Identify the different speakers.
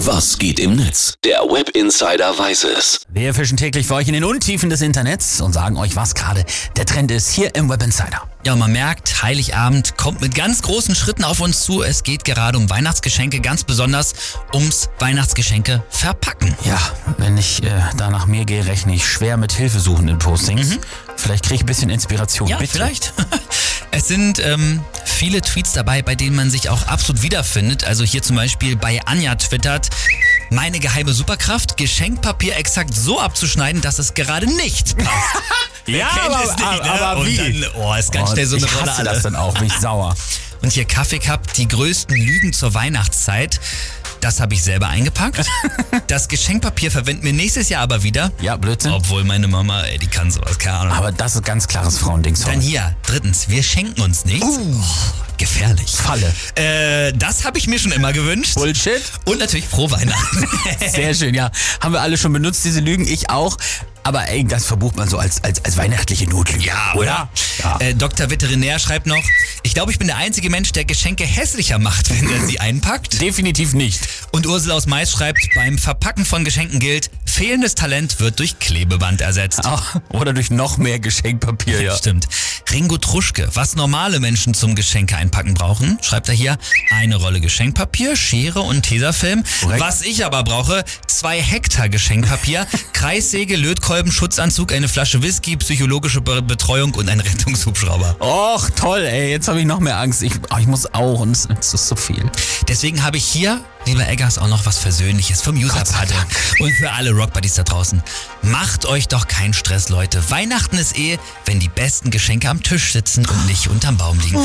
Speaker 1: Was geht im Netz? Der Web Insider weiß es.
Speaker 2: Wir fischen täglich für euch in den Untiefen des Internets und sagen euch, was gerade der Trend ist hier im Web Insider.
Speaker 3: Ja, man merkt, Heiligabend kommt mit ganz großen Schritten auf uns zu. Es geht gerade um Weihnachtsgeschenke, ganz besonders ums Weihnachtsgeschenke verpacken.
Speaker 2: Ja, wenn ich äh, da nach mir gehe, rechne ich schwer mit hilfesuchenden Postings. Vielleicht kriege ich ein bisschen Inspiration.
Speaker 3: Mhm. Ja,
Speaker 2: Oh, Bitte.
Speaker 3: vielleicht. Es sind ähm, viele Tweets dabei, bei denen man sich auch absolut wiederfindet. Also hier zum Beispiel bei Anja twittert, meine geheime Superkraft, Geschenkpapier exakt so abzuschneiden, dass es gerade nicht passt.
Speaker 2: Ja,
Speaker 3: Kennt
Speaker 2: aber,
Speaker 3: es nicht,
Speaker 2: aber,
Speaker 3: ne?
Speaker 2: aber
Speaker 3: Und
Speaker 2: wie?
Speaker 3: Dann, oh, ist ganz
Speaker 2: Oh,
Speaker 3: schnell so eine
Speaker 2: ich
Speaker 3: Rolle
Speaker 2: hasse
Speaker 3: alle.
Speaker 2: das dann auch, bin ich sauer.
Speaker 3: Und hier Kaffee Cup, die größten Lügen zur Weihnachtszeit. Das habe ich selber eingepackt. Das Geschenkpapier verwenden wir nächstes Jahr aber wieder.
Speaker 2: Ja, Blödsinn.
Speaker 3: Obwohl meine Mama, ey, die kann sowas, keine Ahnung.
Speaker 2: Aber das ist ganz klares Frauending. sorry.
Speaker 3: Dann hier, drittens, wir schenken uns nichts. Oh, gefährlich.
Speaker 2: Uh. Falle.
Speaker 3: Äh, das habe ich mir schon immer gewünscht.
Speaker 2: Bullshit.
Speaker 3: Und natürlich frohe Weihnachten.
Speaker 2: Sehr schön, ja. Haben wir alle schon benutzt, diese Lügen, ich auch. Aber ey, das verbucht man so als, als, als weihnachtliche Notlüge. Ja.
Speaker 3: Äh, Dr. Veterinär schreibt noch, ich glaube, ich bin der einzige Mensch, der Geschenke hässlicher macht, wenn er sie einpackt.
Speaker 2: Definitiv nicht.
Speaker 3: Und Ursula aus Mais schreibt, beim Verpacken von Geschenken gilt, fehlendes Talent wird durch Klebeband ersetzt.
Speaker 2: Ach, Ah, oder durch noch mehr Geschenkpapier, ja.
Speaker 3: Stimmt. Ringo Truschke, was normale Menschen zum Geschenke einpacken brauchen, schreibt er hier, eine Rolle Geschenkpapier, Schere und Tesafilm.
Speaker 2: Korrekt.
Speaker 3: Was ich aber brauche, zwei Hektar Geschenkpapier, Kreissäge, Lötkolben, Schutzanzug, eine Flasche Whisky, psychologische Be Betreuung und ein Rettungshubschrauber.
Speaker 2: Och, toll, ey, jetzt habe ich noch mehr Angst. Ich, oh, ich muss auch und es es ist so viel.
Speaker 3: Deswegen habe ich hier, lieber Eggers, auch noch was Versöhnliches vom user
Speaker 2: Gott sei
Speaker 3: Paddle und für alle Rockbuddies da draußen. Macht euch doch keinen Stress, Leute.
Speaker 2: Oh.
Speaker 3: Weihnachten ist eh, wenn die besten Geschenke am Tisch sitzen und nicht unterm Baum liegen.